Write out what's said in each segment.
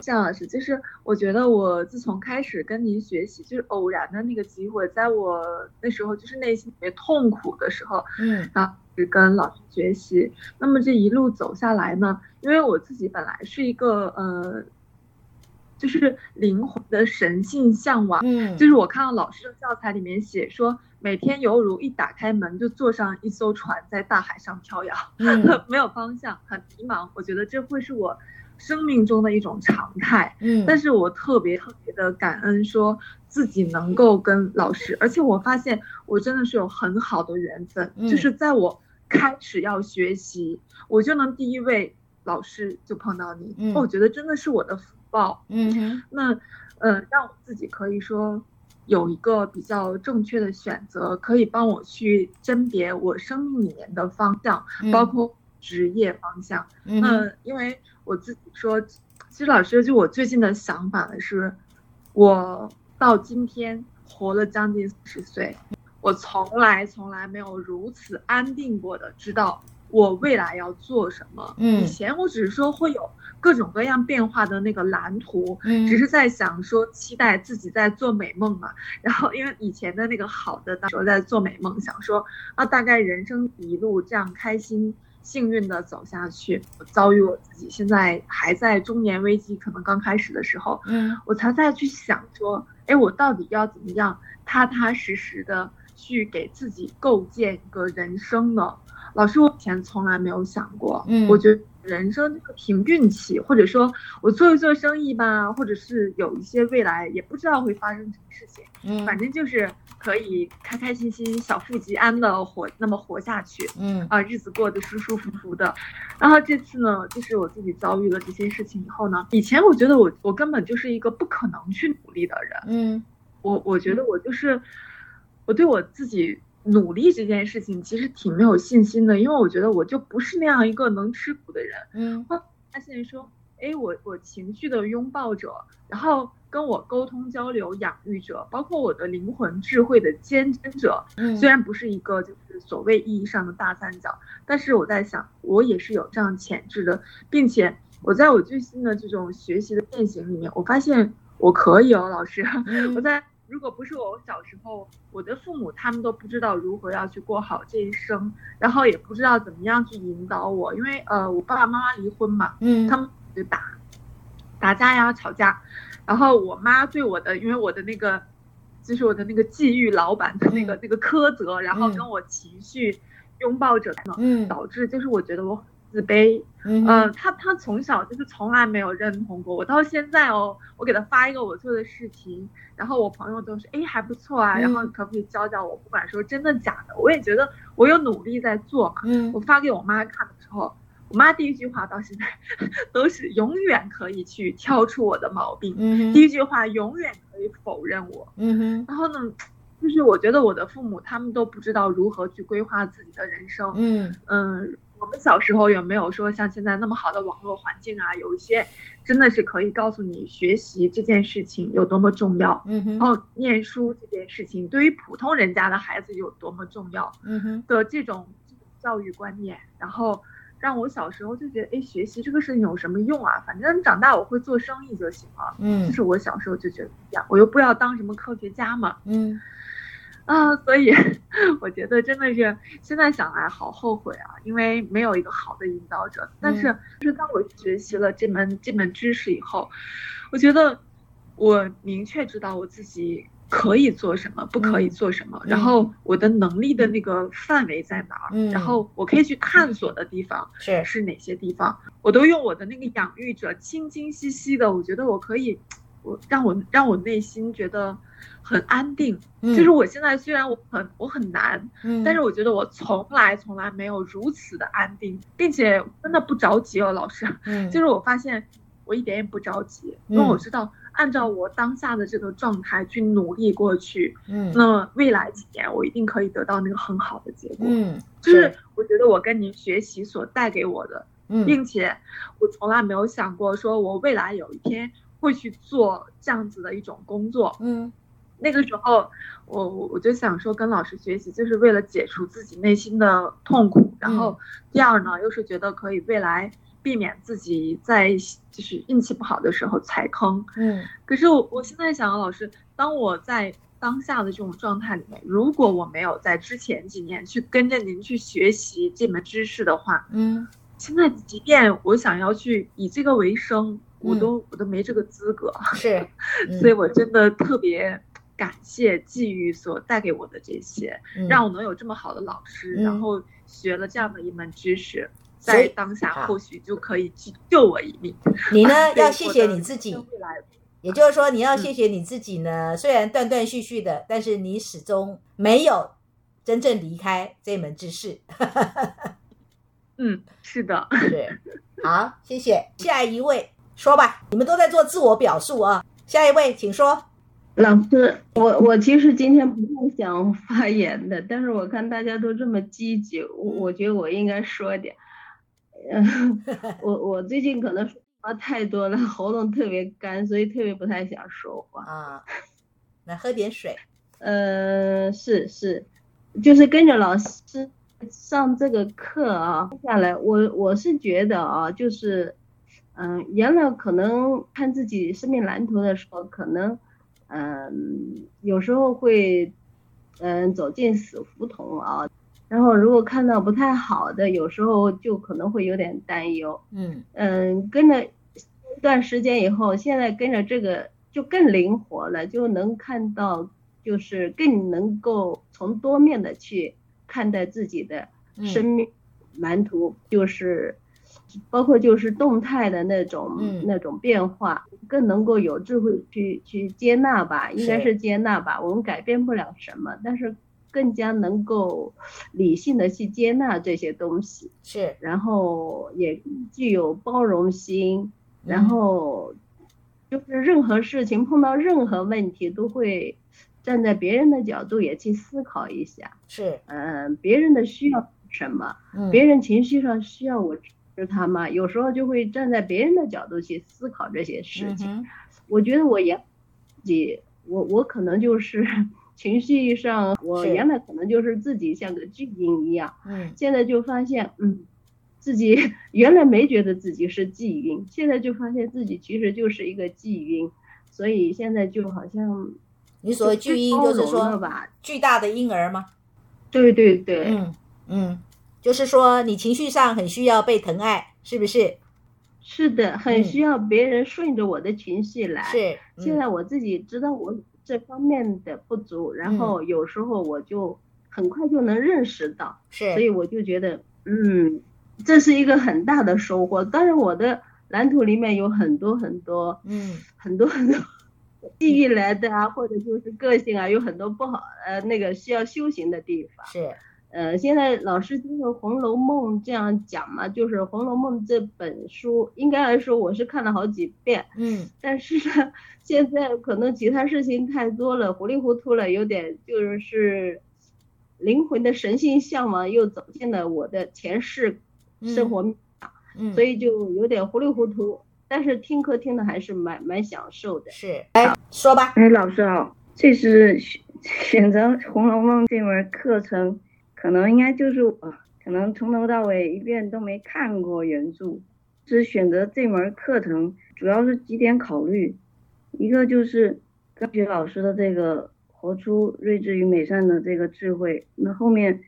向老师，就是我觉得我自从开始跟您学习，就是偶然的那个机会，在我那时候就是内心特别痛苦的时候，嗯然后去跟老师学习。那么这一路走下来呢，因为我自己本来是一个呃，就是灵魂的神性向往，嗯，就是我看到老师的教材里面写说，每天犹如一打开门就坐上一艘船，在大海上飘摇。嗯 没有方向，很迷茫。我觉得这会是我生命中的一种常态。嗯，但是是我特别特别的感恩，说自己能够跟老师，而且我发现我真的是有很好的缘分，嗯就是在我开始要学习，我就能第一位老师就碰到你，哦嗯我觉得真的是我的福报。嗯哼那，呃，让我自己可以说有一个比较正确的选择，可以帮我去甄别我生命里面的方向，嗯包括职业方向。嗯哼那因为我自己说，其实老师就我最近的想法呢是，我到今天活了将近四十岁，我从来从来没有如此安定过的知道我未来要做什么。嗯以前我只是说会有各种各样变化的那个蓝图，嗯，只是在想说期待自己在做美梦嘛。然后因为以前的那个好的，当时候在做美梦，想说啊，大概人生一路这样开心。幸运的走下去，我遭遇我自己现在还在中年危机，可能刚开始的时候，嗯我才在去想说，哎，我到底要怎么样踏踏实实的去给自己构建一个人生呢？老师，我以前从来没有想过，嗯我觉得人生这个凭运气，或者说我做一做生意吧，或者是有一些未来也不知道会发生什么事情，嗯，反正就是可以开开心心、小富即安的活，那么活下去。嗯啊，日子过得舒舒服服的。然后这次呢，就是我自己遭遇了这些事情以后呢，以前我觉得我我根本就是一个不可能去努力的人，嗯我我觉得我就是我对我自己努力这件事情其实挺没有信心的，因为我觉得我就不是那样一个能吃苦的人。嗯发现说，哎，我我情绪的拥抱者，然后跟我沟通交流养育者，包括我的灵魂智慧的坚贞者，嗯，虽然不是一个就是所谓意义上的大三角，但是我在想，我也是有这样潜质的，并且我在我最新的这种学习的践行里面，我发现我可以哦，老师，嗯我在如果不是我小时候，我的父母他们都不知道如何要去过好这一生，然后也不知道怎么样去引导我，因为呃，我爸爸妈妈离婚嘛，嗯他们就打打架呀、吵架，然后我妈对我的，因为我的那个就是我的那个际遇老板的那个、嗯那个苛责，然后嗯跟我情绪拥抱着，嗯导致就是我觉得我很自卑。嗯嗯，他他从小就是从来没有认同过我，到现在哦，我给他发一个我做的视频，然后我朋友都说，哎，还不错啊，嗯然后可不可以教教我？不管说真的假的，我也觉得我有努力在做嘛。嗯我发给我妈看的时候，我妈第一句话到现在 都是永远可以去挑出我的毛病，嗯第一句话永远可以否认我。嗯然后呢，就是我觉得我的父母他们都不知道如何去规划自己的人生。嗯嗯，我们小时候也没有说像现在那么好的网络环境啊，有一些真的是可以告诉你学习这件事情有多么重要，嗯然哼后念书这件事情对于普通人家的孩子有多么重要。嗯哼的这种教育观念，然后让我小时候就觉得，哎，学习这个事情有什么用啊？反正长大我会做生意就行了。这嗯是我小时候就觉得这样，我又不要当什么科学家嘛，嗯 啊，所以我觉得真的是现在想来好后悔啊，因为没有一个好的引导者。但是，嗯就是当我学习了这门这门知识以后，我觉得我明确知道我自己可以做什么，不可以嗯做什么，嗯然后我的能力的那个范围在哪儿，嗯然后我可以去探索的地方是是哪些地方，我都用我的那个养育者清清晰晰的，我觉得我可以，我让我让我内心觉得很安定。嗯就是我现在虽然我很我很难，但是我觉得我从来从来没有如此的安定，并且真的不着急哦，老师。嗯就是我发现我一点也不着急，因为我知道按照我当下的这个状态去努力过去，嗯那么未来几年我一定可以得到那个很好的结果。嗯就是我觉得我跟您学习所带给我的，嗯并且我从来没有想过说我未来有一天会去做这样子的一种工作。嗯那个时候，我我我就想说，跟老师学习就是为了解除自己内心的痛苦，然后第二呢，又是觉得可以未来。避免自己在就是运气不好的时候踩坑。嗯，可是我我现在想，啊老师，当我在当下的这种状态里面，如果我没有在之前几年去跟着您去学习这门知识的话， 嗯，现在即便我想要去以这个为生，我嗯都我都没这个资格。是，嗯所以我真的特别感谢际遇所带给我的这些，嗯让我能有这么好的老师，嗯然后学了这样的一门知识，所在以当下好或许就可以去救我一命。啊你呢对要谢谢你自己我的，未来也就是说你要嗯谢谢你自己呢。虽然断断续续的，但是你始终没有真正离开这门知识。嗯，是的，是，好，谢谢。下一位说吧，你们都在做自我表述啊。下一位，请说。 老师，我我其实今天不太想发言的，但是我看大家都这么积极，我我觉得我应该说一点。 嗯，我我最近可能说话太多了，喉咙特别干，所以特别不太想说话。啊，来喝点水。呃，是是，就是跟着老师上这个课啊，下来我我是觉得啊，就是，嗯、原来可能看自己生命蓝图的时候，可能，嗯、有时候会，嗯、走进死胡同啊，然后如果看到不太好的，有时候就可能会有点担忧，嗯嗯，跟着一段时间以后，现在跟着这个就更灵活了，就能看到，就是更能够从多面的去看待自己的生嗯命蓝图，就是包括就是动态的那种、嗯那种变化，更能够有智慧去去接纳吧，应该是是接纳吧。我们改变不了什么，但是更加能够理性的去接纳这些东西。是，然后也具有包容心，嗯然后就是任何事情碰到任何问题都会站在别人的角度也去思考一下，是，嗯，别人的需要什么，嗯别人情绪上需要我支持他吗？有时候就会站在别人的角度去思考这些事嗯情。哼我觉得我原自己，我我可能就是 情绪上，我是原来可能就是自己像个巨婴一样。嗯现在就发现，嗯，自己 原来没觉得自己是季晕，现在就发现自己其实就是一个季晕，所以现在就好像你所谓就巨婴就是包容了说吧，巨大的婴儿吗？对对对，嗯嗯，就是说你情绪上很需要被疼爱，是不是？是的，嗯很需要别人顺着我的情绪来。是，嗯现在我自己知道我这方面的不足，然后嗯有时候我就很快就能认识到。所以是，我就觉得，嗯，这是一个很大的收获。当然，我的蓝图里面有很多很多，嗯，很多 很多地域来的啊，或者就是个性啊，有很多不好呃那个需要修行的地方。是，呃，现在老师听了《红楼梦》这样讲嘛，就是《红楼梦》这本书，应该来说我是看了好几遍，嗯但是呢， 现在可能其他事情太多了，糊里糊涂了，有点就是灵魂的神性向往又走进了我的前世生活，嗯，所以就有点糊里糊涂。但是听课听的还是蛮蛮享受的。是，哎，说吧，哎，老师好，这次选选择《红楼梦》这门课程，可能应该就是我可能从头到尾一遍都没看过原著。只选择这门课程，主要是几点考虑，一个就是科学老师的这个活出睿智与美善的这个智慧，那后面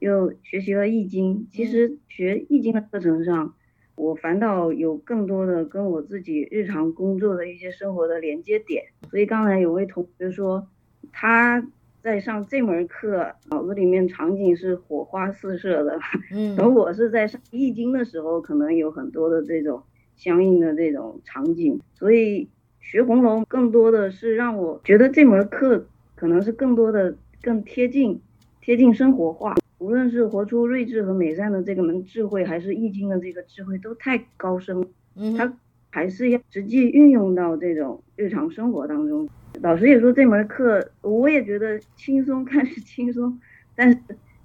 又学习了易经。其实学易经的课程上，我反倒有更多的跟我自己日常工作的一些生活的连接点。所以刚才有位同学说，他在上这门课，脑子里面场景是火花四射的。嗯而我是在上易经的时候，可能有很多的这种相应的这种场景，所以学红楼更多的是让我觉得这门课可能是更多的更贴近贴近生活化。无论是活出睿智和美善的这个门智慧，还是易经的这个智慧，都太高深了嗯哼他还是要实际运用到这种日常生活当中。老师也说这门课，我也觉得轻松 看似轻松，但是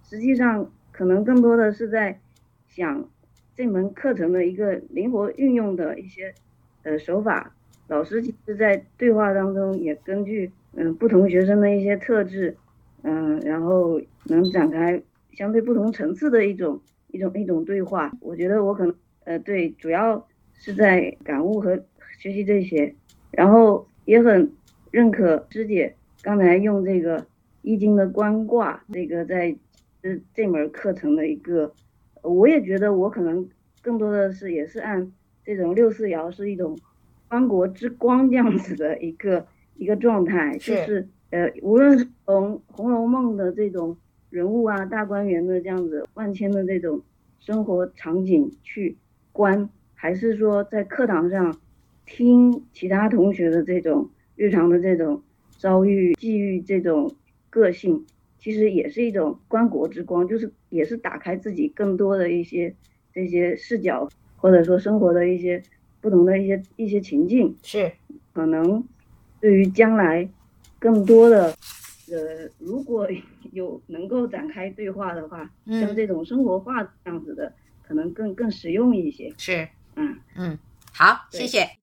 实际上可能更多的是在想这门课程的一个灵活运用的一些呃手法。老师其实在对话当中也根据嗯、不同学生的一些特质，嗯、然后能展开相对不同层次的一种一种一种对话。我觉得我可能。呃，对，主要是在感悟和学习这些，然后也很认可师姐刚才用这个《易经》的观卦，这个在这这门课程的一个，我也觉得我可能更多的是也是按这种六四爻是一种三国之光这样子的一个一个状态，就是是呃，无论是从《红楼梦》的这种人物啊、大观园的这样子、万千的这种生活场景去观，还是说在课堂上听其他同学的这种日常的这种遭遇、际遇这种个性，其实也是一种观国之光，就是也是打开自己更多的一些这些视角，或者说生活的一些不同的一些一些情境。是可能对于将来更多的，呃，如果 有能够展开对话的话，嗯像这种生活化这样子的，可能更更实用一些。是，嗯嗯，好，对谢谢。